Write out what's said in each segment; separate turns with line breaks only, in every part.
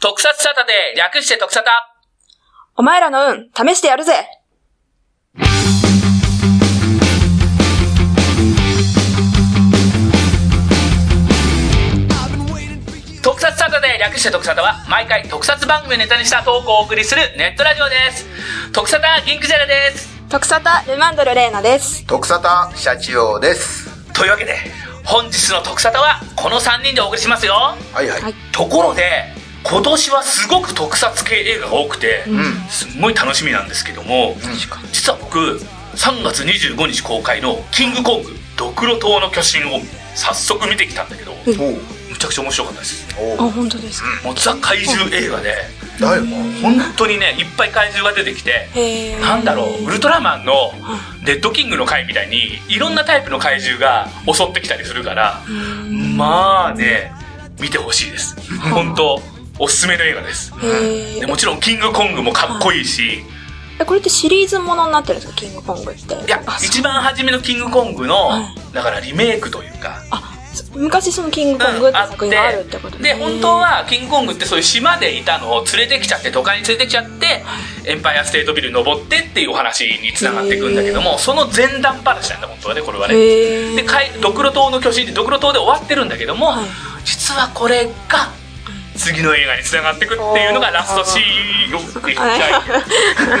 特撮サタデー、略して特サタ。
お前らの運、試してやるぜ
特撮サタデー、略して特サタは、毎回特撮番組をネタにしたトークをお送りするネットラジオです。特サタ、銀クジェラです。
特撮タルマンドルレーナです。
徳沙汰社長です
というわけで、本日の特サタは、この3人でお送りしますよ。
はいはい、
はい
ところで、今年はすごく特撮系映画が多くて、
ん
すんごい楽しみなんですけども、実は僕、3月25日公開のキングコング、ドクロ島の巨神を早速見てきたんだけど、
おう
むちゃくちゃ面白かったです。
おう
本当ですか
もうザ怪獣映画で、
だよもう
本当にねいっぱい怪獣が出てきて
へー。
なんだろうウルトラマンのデッドキングの回みたいにいろんなタイプの怪獣が襲ってきたりするからまあね見てほしいです本当おすすめの映画です
へ
で
ー
もちろんキングコングもかっこいいし
え、これってシリーズものになってるんですかキングコングって。
いや
あそう
一番初めのキングコングの
は
だからリメイクというか
あ、そ昔そのキングコングって
あ
作品があるってこと
で本当。はキングコングってそういう島でいたのを連れてきちゃって都会に連れてきちゃってエンパイアステートビル登ってっていうお話につながっていくんだけどもその前段話なんだ本当はねこれは
へ
ね
ー
でかいドクロ島の巨人ってドクロ島で終わってるんだけども、
はい
実はこれが次の映画につながっていくっていうのがラストシーンをって言っちゃい
あ 危ない。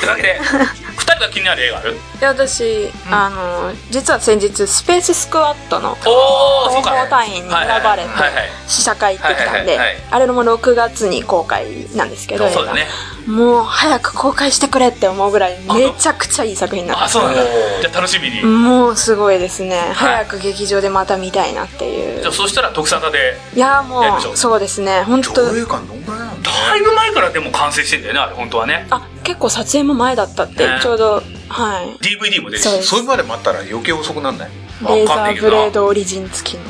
というわけ で2人が気になる映画ある
で私、あの、実は先日、スペーススクワットの
おおそう
広
か
報隊員に選ばれて
はいはいはいはい、
試写会行ってきたん
はい
で
はいはい、
あれも6月に公開なんですけど、映
そうだ
画
ね
もう早く公開してくれって思うぐらい、めちゃくちゃいい作品なん
あ
です。
そうなんだ
おー
じゃあ楽しみに、
もうすごいですね。早く劇場でまた見たいなってい
じゃ
う
あ。そしたら特撮で
いや、
やり
も
ましょう
う、そうですね。本当
上映感どんぐらいなんだ
だいぶ前からでも完成してんだよねあれ本当はね
あ、結構撮影も前だったって
ね、
ちょうど、はい。
DVD も出て
そう
る
で
し
す
それまで待ったら余計遅くなんない
レ
わ
ーザ
かんないけ
ーブ
ど
レー
な
ドオリジ ン付きの。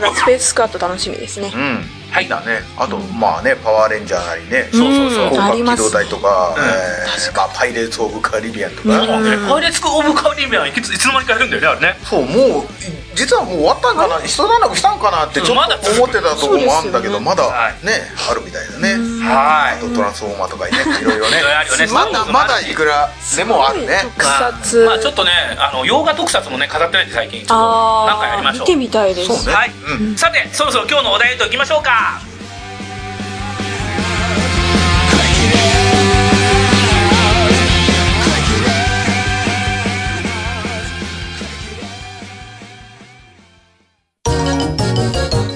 なんかスペーススクワット楽しみですね
う。ん
はい
だねあとまあねパワーレンジャーなりね
そうそうそう
うん
広
あ
角
り
機
ます
動隊とか,、
うん
えーまあ、パイレーツ・オブ・カリビアンとか、
もうねパイレーツ・オブ・カリビアンいついつの間にかやるんだよねあれね
そうもう実はもう終わったんかな一段落したんかなってちょっと
まだ続く
思ってたとこもあ
そうで
んだけど、
すよね
まだ
はい
ねあるみたいだね
は
あとトランスフォーマーとかねいろいろね
いろいろあるよね
まだまだいくらでもあるね
特撮。
まあちょっとねあの洋画特撮もね飾ってないんで最近ちょっと
あー
なんかやりましょう
見てみたいで
そう
す。
ね、
はい、
うん
さてそろそろ今日のお題へといきましょうか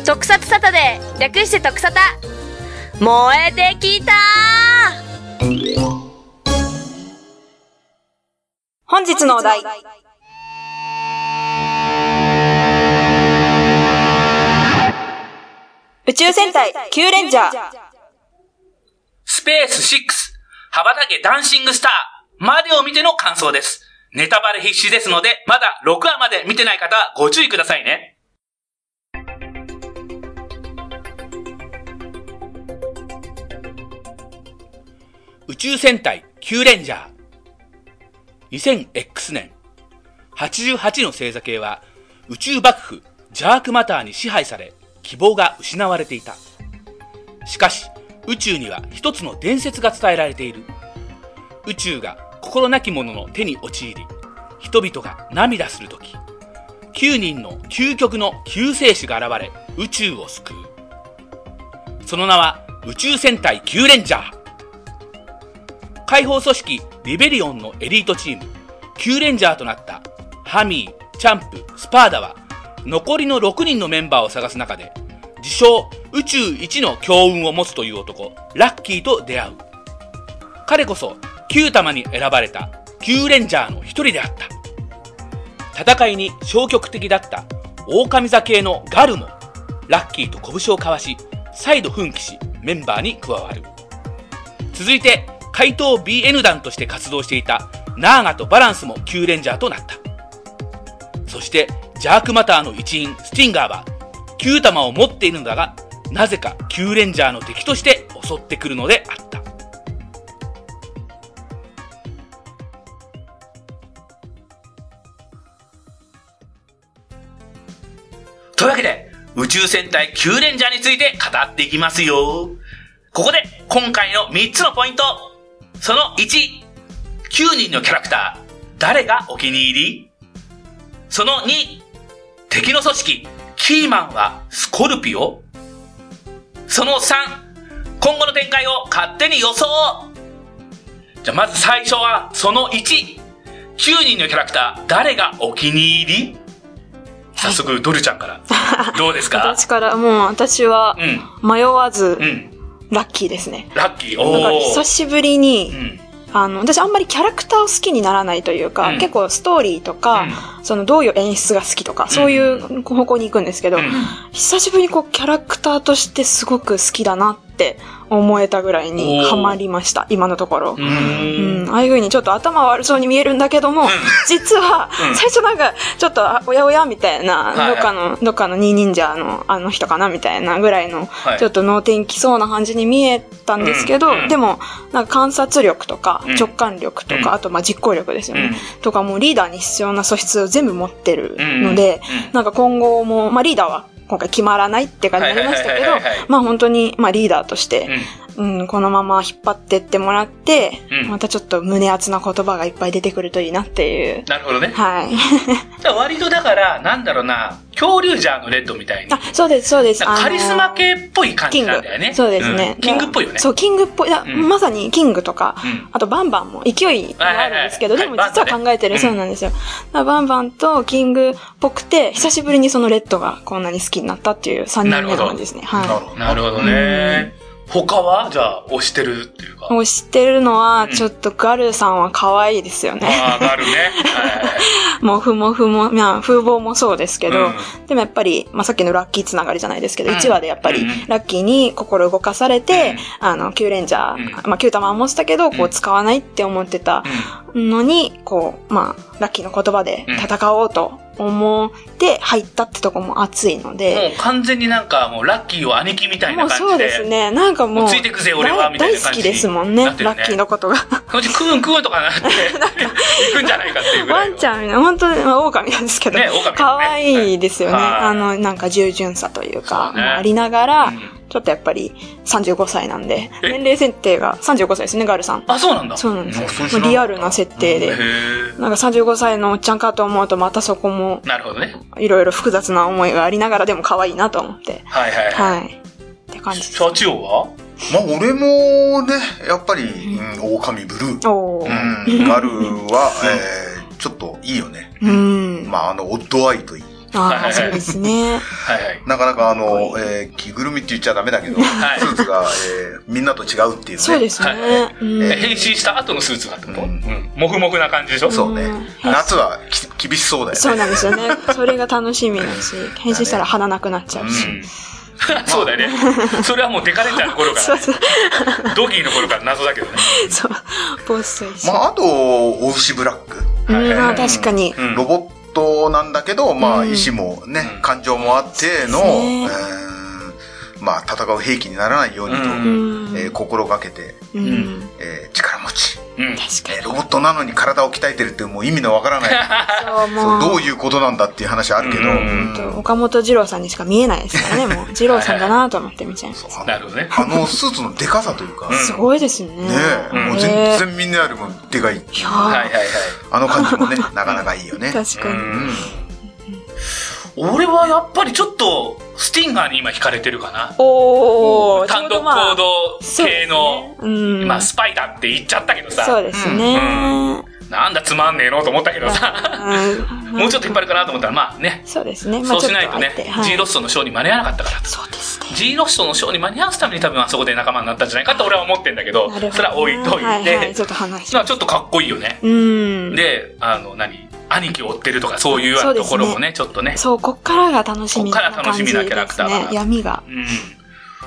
特撮サタデー略して特サタ燃えてきた
本日のお題。宇宙戦隊、キューレンジャー。
スペース6羽ばたけダンシングスターまでを見ての感想ですネタバレ必至ですのでまだ6話まで見てない方はご注意くださいね宇宙戦隊キューレンジャー 2000X 年88の星座系は宇宙幕府ジャークマターに支配され希望が失われていたしかし宇宙には一つの伝説が伝えられている宇宙が心なき者の手に陥り人々が涙する時9人の究極の救世主が現れ宇宙を救うその名は宇宙戦隊キューレンジャー解放組織リベリオンのエリートチームキューレンジャーとなったハミーチャンプスパーダは残りの6人のメンバーを探す中で自称宇宙一の強運を持つという男ラッキーと出会う彼こそ9玉に選ばれた9レンジャーの一人であった戦いに消極的だった狼座系のガルもラッキーと拳を交わし再度奮起しメンバーに加わる続いて怪盗 BN 団として活動していたナーガとバランスも9レンジャーとなったそしてジャークマターの一員スティンガーは9玉を持っているのだがなぜか9レンジャーの敵として襲ってくるのであったというわけで宇宙戦隊キューレンジャーについて語っていきますよ。ここで今回の3つのポイント。その1、9人のキャラクター、誰がお気に入りその2、敵の組織、キーマンはスコルピオその3、今後の展開を勝手に予想じゃあまず最初はその1、9人のキャラクター、誰がお気に入り早速、ドルちゃん から。どうですか
私から、もう私は
う
迷わず
ん。う、ん。
ラッキーですね。
ラッキー。
だから
おー。
久しぶりに、
うん。
あの、私あんまりキャラクターを好きにならないというか、
うん
結構ストーリーとか、そのどういう演出が好きとか、そういう方向に行くんですけど、
うん
久しぶりにこうキャラクターとしてすごく好きだなって思えたぐらいに
おー
ハマりました、今のところ。
うーん。
うんああいう風にちょっと頭悪そうに見えるんだけども、実は
うん
最初なんかちょっとあおやおやみたいな、
はい
どっかのどっかのニーニンジャーのあの人かなみたいなぐらいの、
はい
ちょっと能天気そうな感じに見えたんですけど、
うんうん
でもなんか観察力とか
うん
直感力とか、
うん
あとまあ実行力ですよね、とかもうリーダーに必要な素質を全部持ってる
うん
ので、
うん
なんか今後も、まあ、リーダーは今回決まらないって感じになりましたけど
はいはいはいはいはい、
まあ本当に、まあリーダーとして、
うん。
うん、このまま引っ張ってってもらって、
うん
またちょっと胸熱な言葉がいっぱい出てくるといいなっていう。
なるほどね。
はい。
じゃあ割とだから、なんだろうな、恐竜ジャーのレッドみたいに。
あ、そうです、そうです。
なんかカリスマ系っぽい感
キ
じ
ング
なんだよね。。
そうですね
う。んキングっぽいよね。
そう、キングっぽい。いや
うん
まさにキングとか、
うん
あとバンバンも勢いがあるんですけど、
はい
で
はいは
も
い
実は考えてる、
はい
そうなんですよ。だからバンバンとキングっぽくて、久しぶりにそのレッドがこんなに好きになったっていう3人目の感じですね。はい。
なるほどね。他はじゃあ、推してるっていうか。
もう知ってるのは、
ん
ちょっとガルさんは可愛いですよね。
ああ、な るね。はい
もふもふも、まあ、風貌もそうですけど、
うん
でもやっぱり、まあ、さっきのラッキーつながりじゃないですけど、
うん
1話でやっぱり
うんうん、
ラッキーに心動かされて、あの、キューレンジャー、まあ、キュータマンもしたけど、こ
う
うん使わないって思ってたのに、こう、まあ、ラッキーの言葉で
うん
戦おうと思って入ったってとこも熱いの
うん
で、
もう完全になんか、もうラッキーを兄貴みたいな
もう
感じで。
そうですね、なんかもう、
もうついてくぜ俺は
大
みたいな
大好
感じ
き
に
ですもんね、
なってる
ラ
ね
ッキーのことが。
そのうちクーンクーンとか なって、行くんじゃないかっていうぐら
ワ
いの。
ンちゃんみたいな、本当に、まあ、狼なんですけど、
ね狼ね
可愛いですよね。
はい
あの、なんか従順さというか、
そうね
もうありながら、
うん
ちょっとやっぱり35歳なんで、
え
年齢設定が35歳ですね、ガールさん。
あ、そうなんだ。
そうなん
あそう
で
知
す
ら
よ。
なかった
リアルな設定で。
へえ。
なんか35歳のおっちゃんかと思うと、またそこも、
なるほどね。
いろいろ複雑な思いがありながら、でも可愛いなと思って。
はいはいはい。
はい。って感じです。
社長は
まあ俺もねやっぱり、うん、狼ブルー、
おー。
うん、ガルは、えーちょっといいよね
うん。
まああのオッドアイといい
はい
あ
はいは
あ、
い
そうですね。
はいはい。
なかなかあの
か、
えー着ぐるみって言っちゃダメだけど、
はい
スーツが、えーみんなと違うっていうね
そうですね
は。
うん
え変身した後のスーツがってこと
うん
うん。もふもふな感じでしょ
そうね
うん
夏はき厳しそうだよね
そうなんですよね。それが楽しみだ し、変身したら鼻なくなっちゃうし。
うん そうだよね。それはもうデカレンジャーの頃か
そうそう。
ら、ドギーの頃から謎だけどね。
そう。ボスと一緒。
まああとオウシブラック、
うん
はい
まあ確かに
う。ん
ロボットなんだけどまあ
うん
意志もね、
うん
感情もあっての、
そうですね
えーまあ戦う兵器にならないようにと、
うん
うん
えー心がけて、
うん。
えー力持ち、
うん。
確
えー
か
ロボットなのに体を鍛えてるってもう意味のわからない
に。そう、
そう
も
ど
う
う。いうことなんだっていう話あるけど、
うん
うん
本当岡本二郎さんにしか見えないですから ね、もう。二郎さんだなと思って見ちゃいます。
あの
なるほどね。
あのスーツのデカさというか、
うん
ね
すごいですよね。
え、もう全然みんなよりもデカい
いや
はいはい
ー
はい。
あの感じ もねなかなかいいよね
確
う
かに。
ん。俺はやっぱりちょっと、スティンガーに今惹かれてるかな。
おー、
単
ちょう
独
どま
行
あ
動系の、
うん。
まあスパイだって言っちゃったけど
そう
さ、
ですね。
なんだつまんねえのと思ったけどさ、
うん
もうちょっと引っ張るかなと思ったら、まあね、
そうですね。ま
そ
あ
う
ちょ
し
っ
ないと
あえ
ね
ては、い
G ロストのショーに間に合わなかったからと。
そうですね。
G ロストのショーに間に合わすために多分あそこで仲間になったんじゃないかって俺は思ってんだけど、
なるほどね
それは置いといて、
はいはい、ちょっと話し
まあちょっとかっこいいよね。
うん。
で、あの、何兄貴を追ってるとかそういうようなところもね、ちょっとね。
そう、こっからが楽しみな
こっから楽
感
しみ
じ
な
で
キャラク
す
ターだな
ね。闇が。
うん。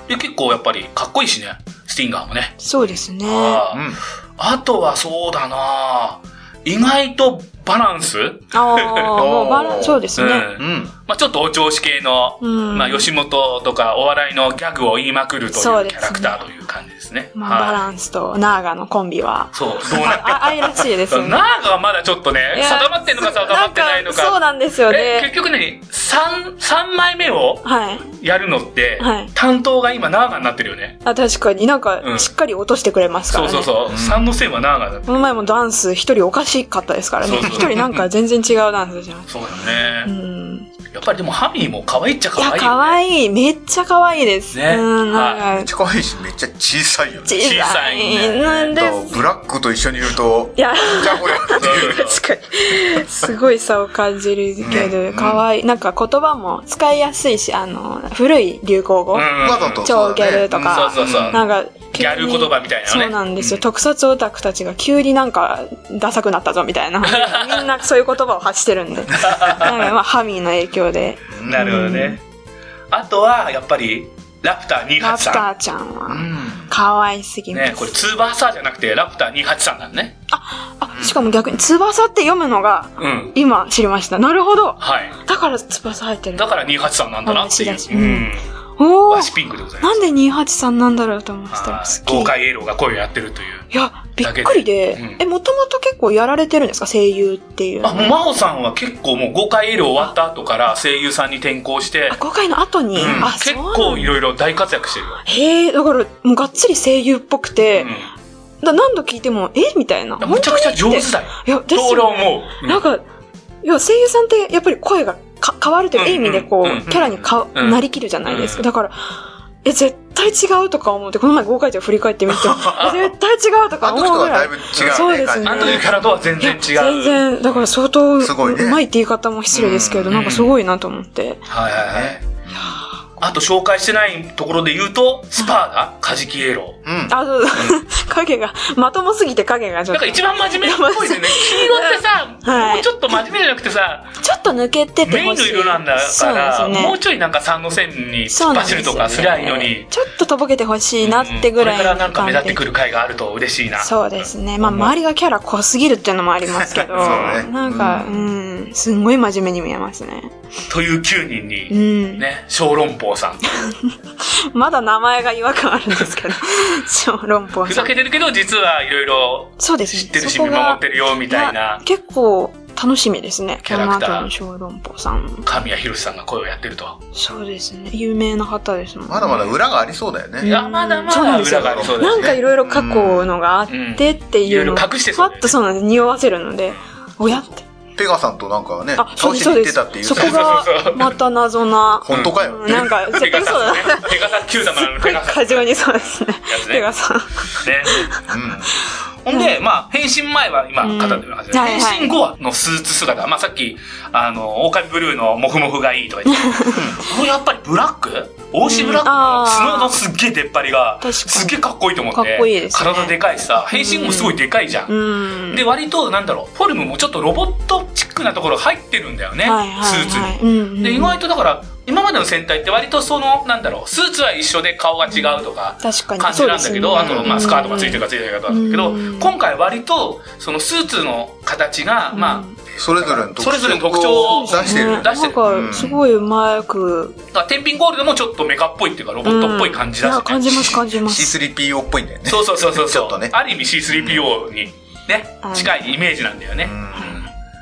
で、結構やっぱりかっこいいしね、スティンガーもね。
そうですね。
あ
う
ー
ん
あとはそうだな意外とバランス
ああ、もうバ ランそうですね。
うん
うん
まあちょっとお調子系の、
うん
まあ吉本とかお笑いのギャグを言いまくると
そ
いうう
です
キ
ね
ャラクターという感じですですね。
まあ、バ
はい
ランスとナーガのコンビは、
そう、そうな
あ愛らしいですよ ね。
ナーガはまだちょっとね、
いや
定まってんのか定まってないのか。
んそうなんですよ
え、
ね。
結局ね、3、三枚目を
はい。
やるのって、
はい
担当が今ナーガになってるよね。
あ、確かになん
う
か、
ん
しっかり落としてくれますから
そう
ね。
そうそう。3の線はナーガだ
この前もダンス一人おかしかったですからね。
そうそう
一人なんか全然違うダンスじゃん。
そうだよ
う
ね。
ん。
やっぱりでもハミーも可愛いっちゃ
い
可
や、
愛いよね。
可愛いめっちゃ可愛いです。
ね
うん、なんか、
ちゃ可愛いし、めっちゃ小さいよね。
小さいなんで
とブラックと一緒にいると、
いや、
じゃあこれ。
確かに。すごい差を感じるけど、可愛いなんか言葉も使いやすいし、あの、古い流行語。
うん
わざと
超ギャルと
そう
か。
そうそう。
なんか、
ギャル言葉みたいなのね
そうなんですよ。特撮オタクたちが急になんか、ダサくなったぞみた いな。みんなそういう言葉を発してるんで。なんかまあ、ハミーの影響で。
なるほどね。あとは、やっぱり、ラプター
ラプタ
283。
ーちゃん
う
は、
ん。
可愛すぎま
ね、
す。
これ、ツーバーサーじゃなくて、ラプター283なんね。
あ、しかも逆に、翼って読むのが、
うん。
今知りました。なるほど
はい。
だから翼入ってる
だ。から283なんだなってい
あ私だし
う。うん。
お
ワ
お
シピンクでございま
な
す。
んで283なんだろうと思って
は
た。
い
好き
豪快エローが声をやってるという。
いや、びっくりで、
だけでうん
え、もともと結構やられてるんですか声優っていうの
あ、もう、真帆さんは結構もう豪快エロー終わった後から声優さんに転向して
あ、公開の後に、
うん
あ、
結
そうなん
構いろいろ大活躍してるよ。
へえ、だから、もうがっつり声優っぽくて、
うん
だ何度聞いても、えみたいな。
いや。むちゃくちゃ上手だよ。
いや、です
と俺は
よ、ね。
思う。
なんか、いや、声優さんって、やっぱり声がか変わるという
う
か、
ん
いい意味でこう、
うん
キャラにか、
うん
なりきるじゃないです
う
か。
ん
だから、え、絶対違うとか思って、この前豪快ちゃん振り返っ てみて、え絶対違うと
あ
か
の
思
人
う
は
ぐ
だ
ら
い
い。
ぶ違うね。
そうですね
あ
感
の
じ
時からとは全然違う。
いや全然、だから相当、
すごいね
うまいって言い方も失礼ですけれど、
うん
なんかすごいなと思って。
はいはいはい
ね。
あと紹介してないところで言うと、スパーダ、カジキエロー。
うん。
あ、そう、影が、まともすぎて影がちょ
な
っ
んか
と。
一番真面目っぽいでね。黄色ってさ、
はい
もうちょっと真面目じゃなくてさ、
ちょっと抜けてて
メイ
ほ
ンの
しい。
色なんだ
そ
か
うな
ら、
んですよ
も
ね
う。ちょいなんか3の線に突
そう
っ
なんです
走
よ
るとかすりゃいいのに。
ちょっととぼけてほしいなってぐらい
これ
の
からな
感じ
んか目立ってくる回があると嬉しいな。
そうですね。まあ、周りがキャラ濃すぎるっていうのもありますけ ど、
そうね
なんか、
う
うん、すんごい真面目に見えますね。
という9人
う
に、
ん。
ね、小籠包さん。
まだ名前が違和感あるんで すけど、小籠包
ふ
さ
ざ
ん。
けてるけど、実はいろいろ
そうですね。
知ってるし
そこ
見
が
守ってるよ、みたいな。
結構楽しみですね。
キャラクター
この後の小籠包さん。
神谷博さんが声をやってると。
そうですね。有名な方ですもんね。
まだまだ裏がありそうだよ
い
ね。
や、まだま
そうな
だ
んですよ
裏がありそうだ
な
よ
んか
ね。
いろいろ過去のがあってっていうの
うんいろいろ隠して
ふ
そ
わ
うだよね
っとそうなんです。匂わせるので、おやって。
ペガさんとなんかね、
あ、そう
倒
で
し
す、そう
に行
で
って
す。
たっていう。
そこ
そうそ
が
う
また謎な。
本当かよ。
うんなんか、
ペ
絶
ガ
対
サ
そうだな。
スね。ペガサス、キュー様のペガサス
過。剰にそうで すね。
つね
ペガさん。
ね。ほんで、まあ、変身前は今、
うん
肩での話
はいはい
で、変身後はのスーツ姿。まあ、さっき、あの、狼ブルーのモフモフがいいとか言ってたけど、これやっぱりブラック帽子ブラック
うんあ
の
ー
角のすっげえ出っ張りが
確、かに
すっげえかっこいいと思って。
かっこいいですね
体でかいしさ、変身もすごいでかいじゃん。
うん。
で、割と、なんだろう、フォルムもちょっとロボットチックなところ入ってるんだよね、
はいはいはい、
スーツに。
に
で、意外とだから、今までの戦隊って割とその、なんだろう、スーツは一緒で顔が違うとか、
確かに
感じなんだけど、
そう
あ
ですね
と、まあ、スカートがついてるかついてないかなんだけど、
うん
今回割と、そのスーツの形が、ま
それぞれの特徴
それぞれの特徴
を出してる
ね
よ
出
ね。
してる
なんか、すごいうまく、
あ、だから天秤ゴールドもちょっとメカっぽいっていうか、ロボットっぽい感じだし、
うんいや感じます、感じます。
C3PO っぽいんだよね。
そうそうそうそう。
ちょっとね
ある意味 C3PO にね
う、ん
近いイメージなんだよね。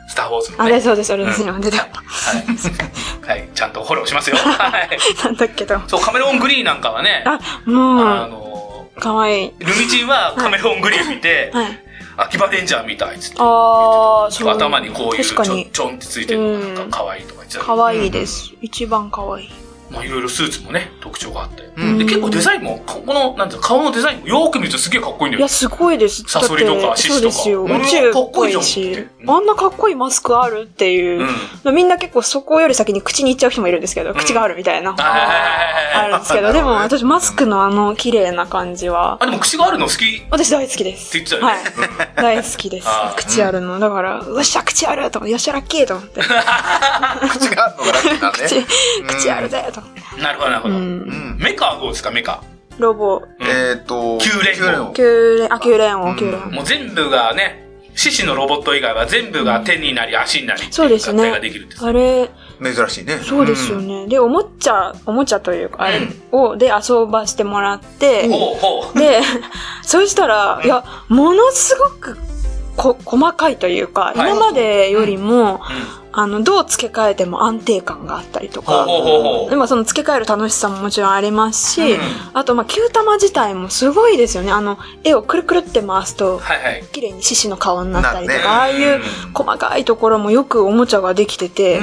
スター・ウォーズの
あ
ね。
れ、そうです、あれですね。出てこ
はい。はい。ちゃんとフォローしますよ。はい。
ないなんだけど。
そう、カメレオン・グリーンなんかはね、
あ、
あ
も
の
う、かわいい。
ルミジンはカメレオン・グリーン見て、
はい。
秋葉レンジャーみたいっつって。
あー、そう。
頭にこういうち
確か
ょ
に、
ちょんってついてるのがなんか可愛いとか言ってたけ
か
ど
わいいです。一番かわいい。
まあいろいろスーツもね、特徴があって。
うん
で、結構デザインも、ここの、なんていうの顔のデザインもよーく見るとすげえかっこいいんだよ
いや、。すごいです。
サソリとか
だって
獅子とか
そうですよ。
うん
宇宙っぽ
かっこいい
い
じゃん
し
って。うん
あんなかっこいいマスクあるっていう。
うん。はい
みんな結構そこより先に口に行っちゃう人もいるんですけど、口があるみたいな。
はいはいはい
あ
はい。
るんですけど、でも私マスクのあの綺麗な感じは、
あ、でも口があるの好き。
私大好きです。
って言ってたよ
は
ね
い。大好きです
あ。ー
口あるの。だから、うわっしゃ、口あると思って、よっしゃ、ラッキーと思って。
口があるのがラッキーだね。
口、 口あるぜと思って。
なるほど、なるほ
う
ど。
ん。
うん。
メカはどうですか、メカ。
ロボ、
うん
えっと、
九連合
連合
九連、あ、九連
う
音、
ん
九連音。
もう全部がね、獅子のロボット以外は全部が手になり足になり、
そうですね
合体ができるんです。
あれ、
珍しいね
そうですよね。で、おもちゃ、おもちゃというか、あれを、で、遊ばしてもらって、
ほうほう。
で、 そうしたら、いや、ものすごく、こ、細かいというか、
い
今までよりも、
うん
あの、どう付け替えても安定感があったりと
ほう
か、
ほうほうほう。
今その付け替える楽しさももちろんありますし、
うん
あとまあ球玉自体もすごいですよねあの絵をくるくるって回すと
はいはい。
綺麗に獅子の顔になったりとか、
なるね
ああいう細かいところもよくおもちゃができてて、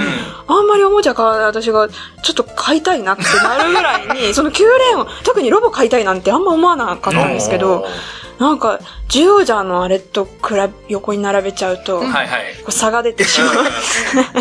あんまりおもちゃ買わない私がちょっと買いたいなってなるぐらい にその9連を特にロボ買いたいなんてあんま思わなかったんですけどなんかジオジャーのあれと比べ横に並べちゃうと、こ
はいはい。
う差が出てしまう。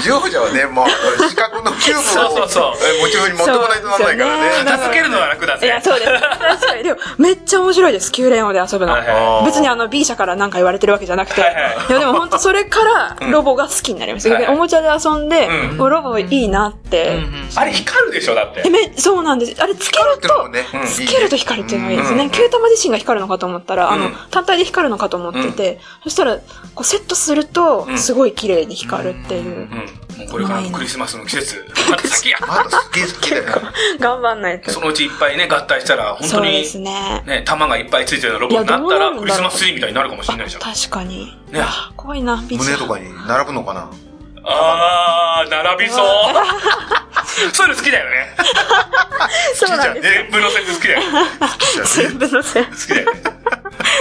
ジョージャはねもう四角のキューブを
そうそうそう
えモチーフに持ってこないとならないから
そ
ね
うですよね
片付けるのは楽だ
い
ぜ。
や、そうです。確かに。でも、めっちゃ面白いです。9連王で遊ぶの
はいはい。
あー
別にあの B 社からなんか言われてるわけじゃなくて。
はいはい
いや、でも本当それか
うん
らロボが好きになりました。
はいはい
おもちゃで遊んで、
うん
おロボいいなって。
あれ光るでしょ、だって
え。めそうなんです。あれつける
でも
と、
ねうん
つけると光るっていうのがいいです
う
ね。
ん
球玉自身が光るのかと思ったら、あ
う
の
ん、
単体で光るのかと思ってて、そしたら、こうセットすると
う、ん
すごい綺麗に光るっていう。
うん。もうこれからのクリスマスの季節。また先や。
あとすげえ好きだよ
頑張んないと。
そのうちいっぱいね、合体したら、本
そ
当
うで
に、
すね。
ね、玉がいっぱいついてるようなロボになっ
い
た
やどうなんだ
ら、
ろう
クリスマスツリーみたいになるかもし
あ
れないじゃん。
確かに。
ね。
怖いな、ビーチ
胸とかに並ぶのかな
あー、並びそう。 そういうの好きだよね。
そうなんです。
全部乗せて好きだよね。
全部のせい。
好きだよね。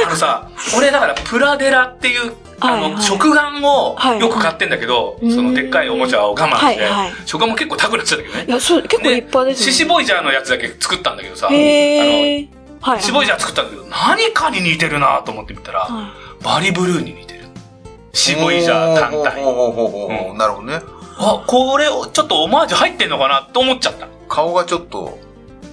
あのさ、俺だからプラデラっていう、あの、
はいはい
食玩を
はい
よく買ってんだけど、
うん
そのでっかいおもちゃを我慢して、
はいはい
食玩も結構高くなっちゃったけど
い
ね。
や、そう、結構立派です
シシ
ね。
ボイジャーのやつだけ作ったんだけどさ、あ
へ
の、
ー。はい。
シボイジャー作ったんだけど、何かに似てるなと思ってみたら、
は
バリブルーに似てる。シボイジャー単体。
ほうほうほうほうほうほう
うん
なるほどね
あ、これをちょっとオマージュ入ってんのかなと思っちゃった。
顔がちょっと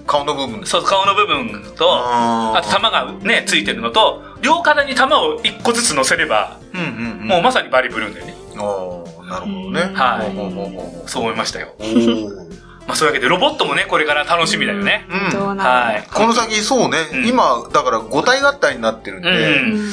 顔の部分です
そう、顔の部分と、あ
あ
と玉がね、ついてるのと、両肩に玉を一個ずつ乗せれば、
ーうんうんうん
もうまさにバリブルーンだよね。
おーなるほどね
うん
はい
ほうほうほうほう
そう思いましたよ。
おー
まあそういうわけで、ロボットもね、これから楽しみだよね。
いどうな
は
る
い。
この先そうね、
うん
今だから五体合体になってるんで、
うん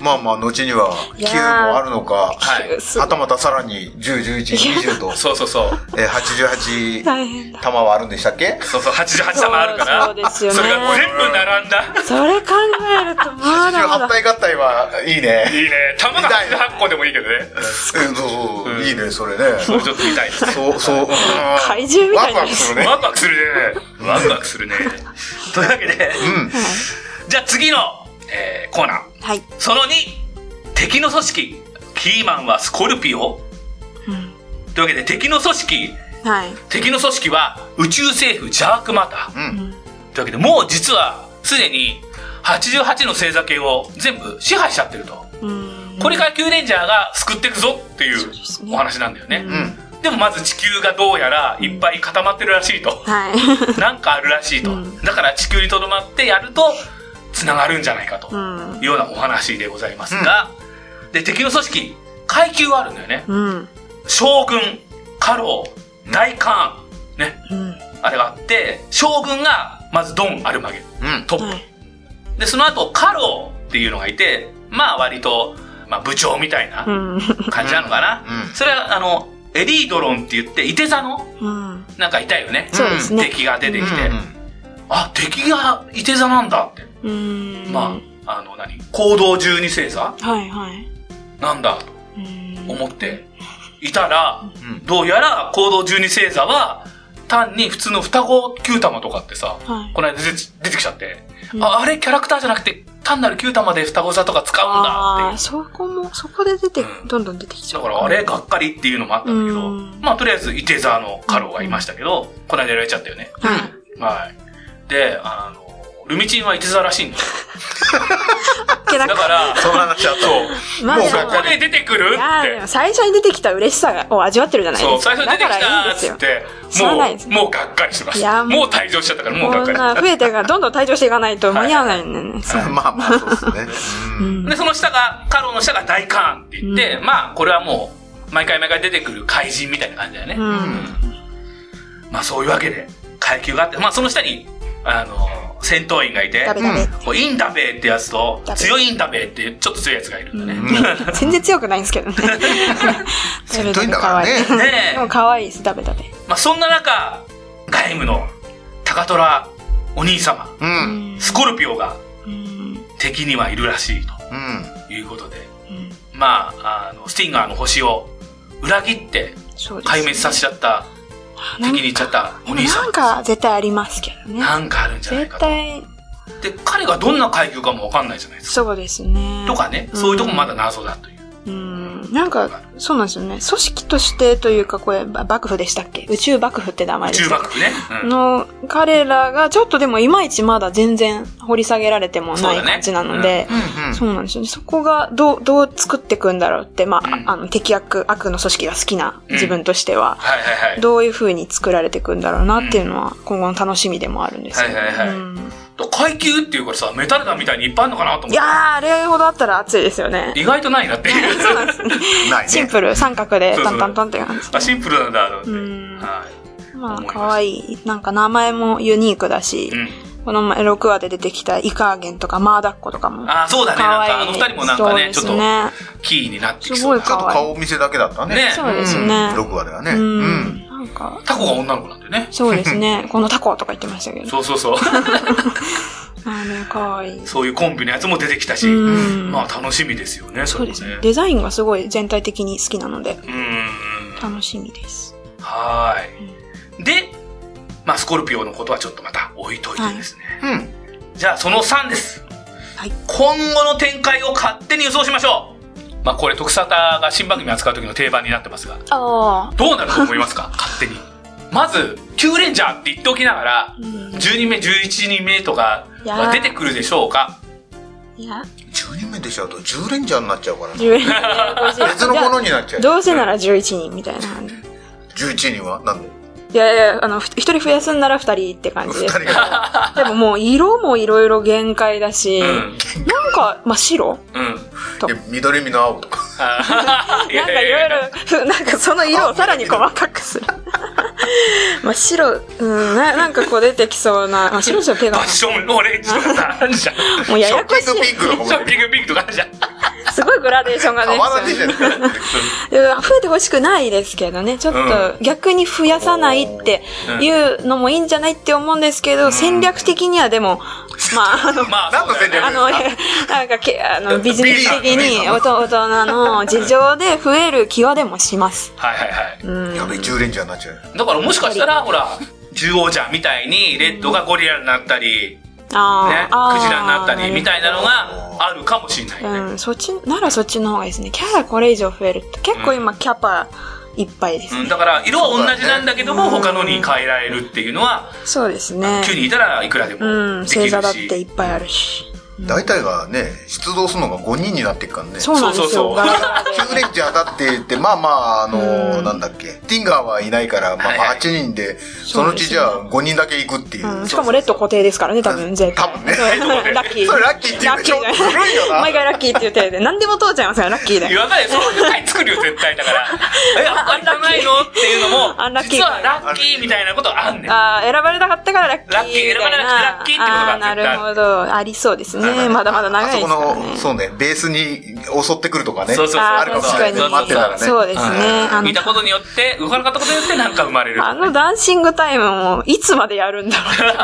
まあまあ後には9
いやー
もあるのか
はい。
すご
はいたまたさらに101120と、
そうそうそう。
えー、88
大変だ。
玉はあるんでしたっけ
そうそう、88玉あるから。
そうそうですよね
それが全部並んだ。
それ考えると、まだま
88
だ。
体合体はいいね
いいね。玉が88個でもいいけどね。
うんそうそう、
うん
いいねそれね
それちょっと見たいですね。
そうそう、うん
怪獣みたいな
ワクワクするね
ワクワクするね。ワクワクするね。というわけで、
うん
じゃあ次の、えーコーナー。
はい。
その2、敵の組織、キーマンはスコルピオ
うん
というわけで、敵の組織、
はい。
敵の組織は宇宙政府ジャークマター。
うん
というわけで、もう実は、すでに、88の星座系を全部支配しちゃってると。
うん
これからキューレンジャーが救っていくぞってい
そううですね
お話なんだよね。
うん
でもまず地球がどうやらいっぱい固まってるらしい と。
はい。
なんかあるらしいと。
うん
だから地球にとどまってやると、繋がるんじゃないかと。
うん
いうようなお話でございますが、で、敵の組織、階級はあるんだよね。
うん。
将軍、家老、大官、ね、
うん。
あれがあって、将軍が、まずドン・アルマゲ、
うん
トップ。
はい。
で、その後、家老っていうのがいて、まあ割と、まあ部長みたいな
うん。
感じなのかな。
うんうん
それは、あの、エリードロンって言って、いて座の、
うん。
なんかいたよね。
そうですね。
敵が出てきて、
うん
あ、敵がいて座なんだって。
うん。
まあ、あの何、行動十二星座
あ。はいはい。
なんだと
うん
思っていたら、
うん
どうやら行動十二星座は、単に普通の双子九玉とかってさ、
はい。
この間出て出てきちゃって、
うん
あ、あれキャラクターじゃなくて、単なる九玉で双子座とか使うんだ
あ
って
あ、
いう。
そこも、そこで出て
う、ん
どんどん出てきちゃ
だ
う。
からあれがっかりっていうのもあったんだけど、
うん
まあとりあえず、伊手座のカロがいましたけど、この間やられちゃったよね。
はい。
はい。で、あの、ルミチンは伊手座らしいんだよ。
いけな
だ
かっ
から、
その話あった
そう。
まあ
もう
でも
ここで出てく
た
る
いやーで
っ
も
て。
最初に出てきた嬉しさを味わってるじゃない
そ
で
う、
すか。
最初出てき
だからい
た
いん
っ
です
つっ
よ。
て、
知らないです
もう、もうがっかりしてまし
い
た。
やも
も
う
う退場しちゃったから、もうが
こ
っ
ん
かり。
な増えてがどんどん退場していかないと間に合わないんだよね。そう
まあまあそうですね、う
うんん
で、その下が、カロンの下が大カーンって言って、まあ、これはもう、毎回毎回出てくる怪人みたいな感じだよね。
うん
まあ、そういうわけで、階級があって、まあ、その下に、あの、戦闘員がいて
ダ、メダメ。
こうインダベーってやつと
ダ、ベ
強いインダベーってちょっと強いやつがいるんだね。
全然強くないんですけど ね。ダメダ
戦闘員
メ
だ
可
から
愛
ね
い。
ねえ
でも可愛いです、ダメダメ。
まあそんな中、外務の高虎お兄様、
う。
うんん
スコルピオが
うん
敵にはいるらしい
うん。
ということで、
うん
まあ、あの、スティンガーの星を裏切って
そうですね
壊滅させちゃった、敵に行っちゃったお兄さ
なんん。か絶対ありますけどね。
なんかあるんじゃない
絶
かと。
対、
で、彼がどんな階級かもわかんないじゃないですか。
そうですね。
とかね、そういうとこもまだ謎だという。
うん。なんか、そうなんですよね。組織としてというか、これ、ば幕府でしたっけ宇宙幕府って名前
宇
でし
宙
たっ
幕府ね。
け
うん
の、彼らが、ちょっとでもいまいちまだ全然掘り下げられても
そう
ない
だね
感じなので、
うんうん。
そうなんですよね。そこがどう、どう作っていくんだろうって、まあ、
うん
あの、敵悪、悪の組織が好きな自分としては、
はいはいはい。
どういう風に作られていくんだろうなっていうのは、今後の楽しみでもあるんですよね。
はいはいはい
うん
階級っていうからさ、メタルダみたいにいっぱいあるのかなと思っ
い
て
やー、あれほどあったら熱いですよね。
意外とないなっていう。
そうなんですね。
ないね。
シンプル、三角で、
そう
タ
そう
ンタンタンって感じ。
あ、シンプルなんだ、と思って。
うん
はい。
まあ、
思いました
可愛いなんか名前もユニークだし、
うん。
この前6話で出てきたイカーゲンとかマーダッコとかも。
あ、そうだね。
可
なん
愛い
か、あの二人もなんかね、ちょっ
そ
と
うです
キーになってき
す
そ
ご
う
い
な。
ちょっと
可愛い。
顔見せだけだったね。
ね
そうですね。
6話ではね。
う。
うんん。
なんか、
タコが女の子なんだよね。
そうで すね。このタコとか言ってましたけど。
そうそうそう。
あれ、可愛い
そういうコンビのやつも出てきたし、
うん
まあ楽しみですよね、そ
そ
れ
うで
も
すね
ね。。
デザインがすごい全体的に好きなので、
うん。
楽しみです。
はーい。で、まあスコルピオのことはちょっとまた置いといてですね。
うん。
じゃあその3です。
はい
今後の展開を勝手に予想しましょう。まあこれ、徳沙汰が新番組扱う時の定番になってますが、
ああ。
どうなると思いますか 勝手に。まず、9レンジャーって言っておきながら、
うん
10人目、11人目とかは出てくるでしょうか
いや、
10人目でしょうと10レンジャーになっちゃうからね。
10人ややこしい。
別のものになっちゃう。
どうせなら11人みたいな感じ。
11人はなんで
いやいや、あの、ふ一人増やすんなら二人って感じ
2
です
人。 が。
でももう色もいろいろ限界だし、
う
なん
ん。
か、まあ、白
うん。
と
いや緑身の青とか。
あー
なんかいろ いろ、ふなんかその色をさらに細かくする。 まあ白、うん、ななんかこう出てきそうな、まあ、白じゃ手が
パッ、ションオレンジとかさ、あるじゃん。
もうややこし
ショッピングピンクの
ショッピングピンクとかあるじ ゃん。
い。すごいグラデーションが
変
ね。
わらねえじゃん。
いや増えてほしくないですけどね、ちょっ
う
と逆に増やさないっていうのもいいんじゃないって思うんですけど、戦略的にはでも、まあ、あの、
まあ、
何の戦略
あの、いやなんかけ、あの、ビジネス的におと大人の事情で増える気はでもします。
はいはいは
うん。
やべえ、10レンジャーになっちゃう。
い。だからもしかしたら、ほら、獣王ちゃんみたいに、レッドがゴリラになったり、ね、ク
あーあー。
ジラになったり、みたいなのがあるかもしれないね。
うん、そっち、ならそっちの方がいいですね。キャラこれ以上増えると、結構今キャパいっぱいです
うん、
ね。
だから色は同じなんだけども、他のに変えられるっていうのは、
そうですね。
9人いたらいくらで
う
も
ん、
できる
星
し、
座だっていっぱいあるし。
大体がね、出動するのが5人になっていくからね。
そうなんです
そうそうそう
よ。ガラガラで
9レンジャーだって言って、まあまあ、あの
うん
なんだっけ、ティンガーはいないから、まあま
はいは
あ
い
8人で、そのうちじゃあ5人だけ行くっていう。
うんしかもレッド固定ですからね、多分、絶対。
多分ね
そうラッキー。
それラッキーって言うのちょっと
ラッキーじゃない
古いよな
毎回ラッキーって言ってて、何でも通っちゃいますから、ラッキー で
言。わないよ、そういう回作るよ、絶対だ から。え、ああれじゃないのっていうのも
アン、ラッキー
実はラッキーみたいなことあんねん。
ああ、選ばれなかったからラッキーみたいな。
ラッキー選ばれなくてラッキーってことが
あーなるほど。ありそうですね。まだまだ長いですか
あ
ら
そこの、
ね。
そうね、ベースに襲ってくるとかね。
そうそうそう
あ
あ
ー
るかもし
確か
れない
に
ね。待ってたらね。
そうですね。あの
見、たことによって、動かなかったことによってなんか生まれる。
あのダンシングタイムも、いつまでやるんだろ う。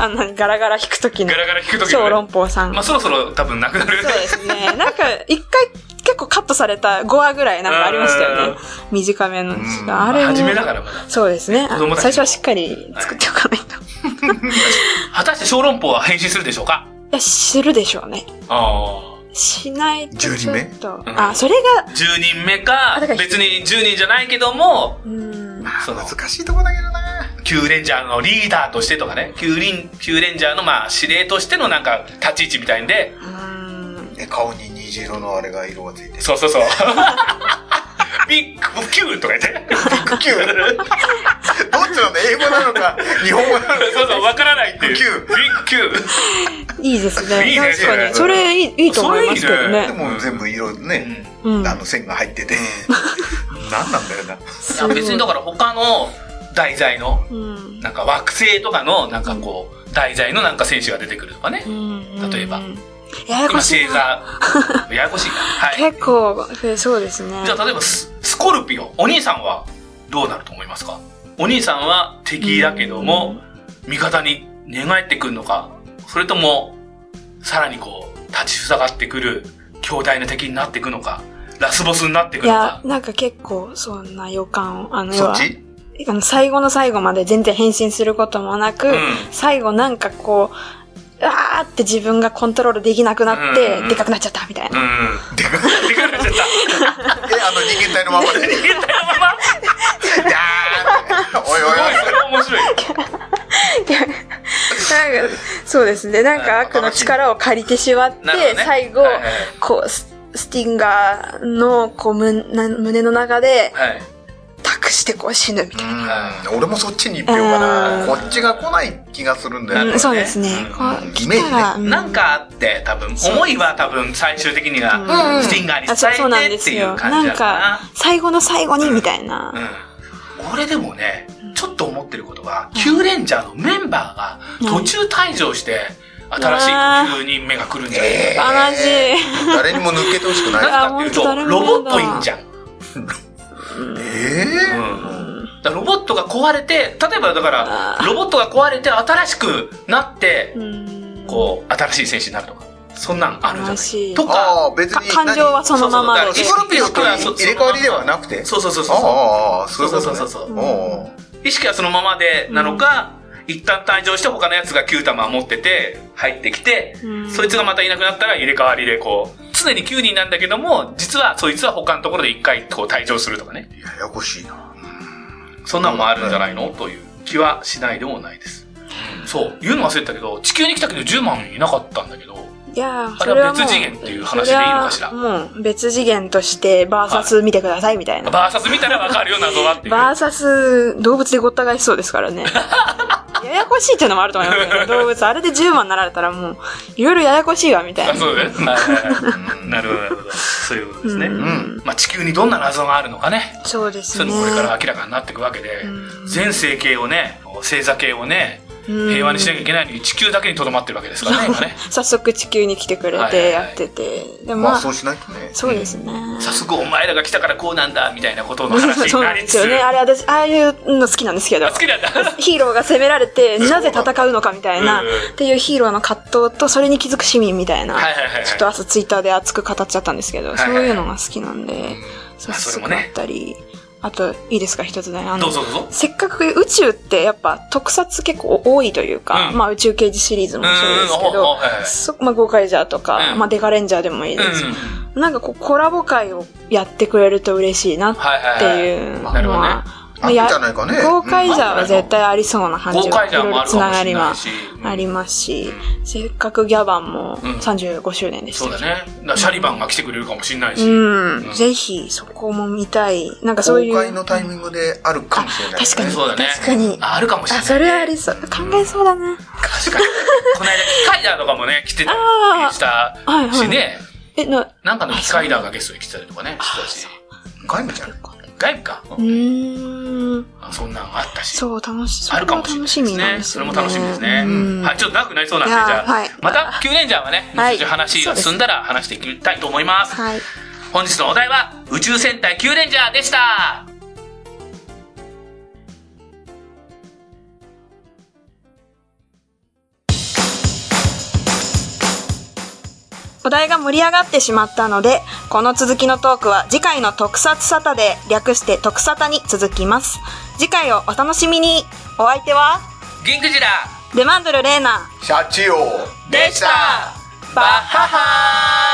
あんなにガラガラ弾くときの
ガ。ラガラ聞くとき
小籠包さん。
まあそろそろ多分なくなる。
そうですね。なんか、一回結構カットされた5話ぐらいなんかありましたよね。短めの。あれも
初めだからまだ。
そうですね。あ
子供
の
たち
最初はしっかり作っておかないと。
果たして小籠包は変身するでしょうか
いや、知るでしょうね。
あ
しないとちょっと。
10
目
あ、それ
あ。10人目か
あだか、ら
別に10人じゃないけども、
が、うん。
その、
難しいとこだけどな。
旧レンジャーのリーダーとしてとかね、旧リン、旧レンジャーのまあ司令としてのなんか立ち位置みたいんで、
うん
え顔に虹色のあれが色がつ いて。
そうそうそう。 ビッグキューとか言って。
9! どっちなんだ英語なの か、日本語なのか。
そうそう、わからないっていう。
ビッグ
ビッグキュー。
いいですね。
いいね
確か
それ
に。それいいいいと思いますけど
それいい
ね
で。も全部色ね、
うん
あの線が入ってて。 何なんだよな。
いや別にだから他の題材の
うん。
なんか惑星とかのなんかこう、題材のなんか選手が出てくるとかね。例えば
ややこ
今、
しい
星
な
座。ややこしいな。はい。
結構増えそうですね
じゃあ、例えばス、スコルピオン。お兄さんはどうなると思いますかお兄さんは敵だけども、味方に寝返ってくるのか、それとも、さらにこう、立ちふさがってくる強大な敵になっていくのか、ラスボスになっていく
い
の
や
か、。
なんか結構そんな予感を、あの、
そっち
要はあの最後の最後まで全然変身することもなく、
うん
最後なんかこう、うわーって自分がコントロールできなくなっ
う
て
ん、
でかくなっちゃったみたいな。
うん。でかくなっちゃった。
え、あの人間体 のままで。人間体の ままおいおい
すごい、それ面白い。
なんかそうですね。なんか悪の力を借りてしまって、
なるほどね
最後、
はいはい
こう、ススティンガーのこうむな胸の中で、
はい。
託してこう死ぬみたい
うん、俺もそっちに一票
う
かな。
ん
こっちが来ない気がするんだ
な
よ
るほどね
な。そう
ね。
ですね。
うん
こう、
イメージね
来たらう
なんかあって、多分、思いは多分、最終的には、スティンガーに
あそうそうな
伝
ん
えて
で
って
す
いう
よ。
感じ
な
だっ
ん
たな
か。、最後の最後にみたいな。
うん。俺でもね、ちょっと思ってることが、Q レンジャーのメンバーが途中退場して、新しい Q に目が来るんじゃない
えー
悲しい。
誰にも抜けてほしくない。
なんでかっていうと、
あー
ロ
本当だ
ボットいいんじゃん。う
えー
ん。だからロボットが壊れて、例えばだから、ロボットが壊れて新しくなって、
うん
こう、新しい選手になるとか、そんなんあるじゃ
悲し
ない
い
とか、
ああ、別
か
に。
感情はそのまま
そう
で
そうだ
何。ス
から
コルピオンと入れ替わりではなくて。
そうそうそうそう。
ああ、そういう
そ
こ
うそ
と
う
ね
そうそう。
おう
意識はそのままでなのか、一旦退場して他のやつが9玉持ってて、入ってきて、
うん
そいつがまたいなくなったら入れ替わりでこう、常に9人なんだけども、実はそいつは他のところで一回こう退場するとかね。
ややこしいな。
そんなのもあるんじゃないのという気はしないでもないです。そう。言うの忘れてたけど、地球に来たけど10万いなかったんだけど、
いやー
あ
そ
れ
れ
は
はもう
別次元っていう話でいいのかしら
それはもう別次元としてバーサス見てくださいみたいな。
バーサス見たらわかるよ、謎だっていう。
バーサス動物でごった返しそうで すからね。ややこしいっていうのもあると思いますけど、動物。あれで10万なられたらもう、いろいろややこしいわみたい
あ
な。
そうですね。はいはいは
う
い
ん
なるほど、なるほど。そういうことですね。
ん
まあ地球にどんな謎があるのかね。
そうです
そう
ね。
いうのもこれから明らかになっていくわけで、
うん
全生形をね、星座系をね、
うん
平和にしなきゃいけないのに地球だけにとどまってるわけですからね、今ね。
早速地球に来てくれ
はいはいはい
てやってて。でも
ま
ま
あ、
あ
そう、しないとね。
そうですね。
早速お前らが来たからこうなんだ、みたいなことの話
そ
に
う
な
なん
り
で
つ
す
つ。
よね。あれ、私、ああいうの好きなんですけど
あ。好きなんだ。
ヒーローが攻められて、なぜ戦うのかみたいな
うん、
っていうヒーローの葛藤と、それに気づく市民みたいな、
はいはいはいはい
ちょっと朝ツイッターで熱く語っちゃったんですけど、
はいはい
そういうのが好きなんで、そう
まあそ
す
れも
ぐ
ね
だったり、あと、いいですか、一つね。あ
ど
の
う、ぞどうぞ。
せっかく宇宙ってやっぱ特撮結構多いというか、
うん
まあ宇宙刑事シリーズもそうですけ
うんうんお
ど
おはい、
そまあゴーカイジャーとか、
うん
まあデカレンジャーでもいいで
うん。
す。なんかこうコラボ会をやってくれると嬉しいなっ
はいはいはい。
ていうの
なるほどね
は、ま
あ
あ
るんじ
や
ゃないかね。
豪快じ
う
ゃ
ん
は絶対ありそうな感
豪
じは、
快
い
じゃん
ろい
もあ
ろ
る
つ
か
な
も
が
しれ
り
な
はい
し。うん
ありますし、せっかくギャバンも
うん
35周年でし
そう
た
だ
っけ
ね。だからシャリバンが来てくれるかもしれないし。
うん、
ん
ぜひそこも見たい。なんかそうい
公
う。
開のタイミングであるかもしれない。
確かに。
そうだね
確かに。
ああるかもしれない
あ、それはありそう。考えそうだな。
確かに。この間、キカイダーとかもね、来てた
あ
り
ー
した
はいはい
しね。
え、な、
なんかの機械だがゲストに来てたりとかね、してたし。
外部じゃない。
外部か。
うーん。
あそんなんあったし。
そう、楽し、そ
あ
れ
るか
は
もしれな
楽
い
し
で
み
す
なん
ね。
です
そ
よ
れ
ね。
も楽しみですね。
うん
はい、ちょっと長くなりそうなんで、じ
いやー
ゃあ、
はい
また、キューレンジャーはね、
はい
後々話が進んだら話していきたいと思います。
はい。
本日のお題は、宇宙戦隊キューレンジャーでした
お題が盛り上がってしまったので、この続きのトークは次回の特撮サタで略して特サタに続きます。次回をお楽しみに。お相手は、
ギンクジラ
ルマンドルレーナ。
シャチオ
でしたバッハハー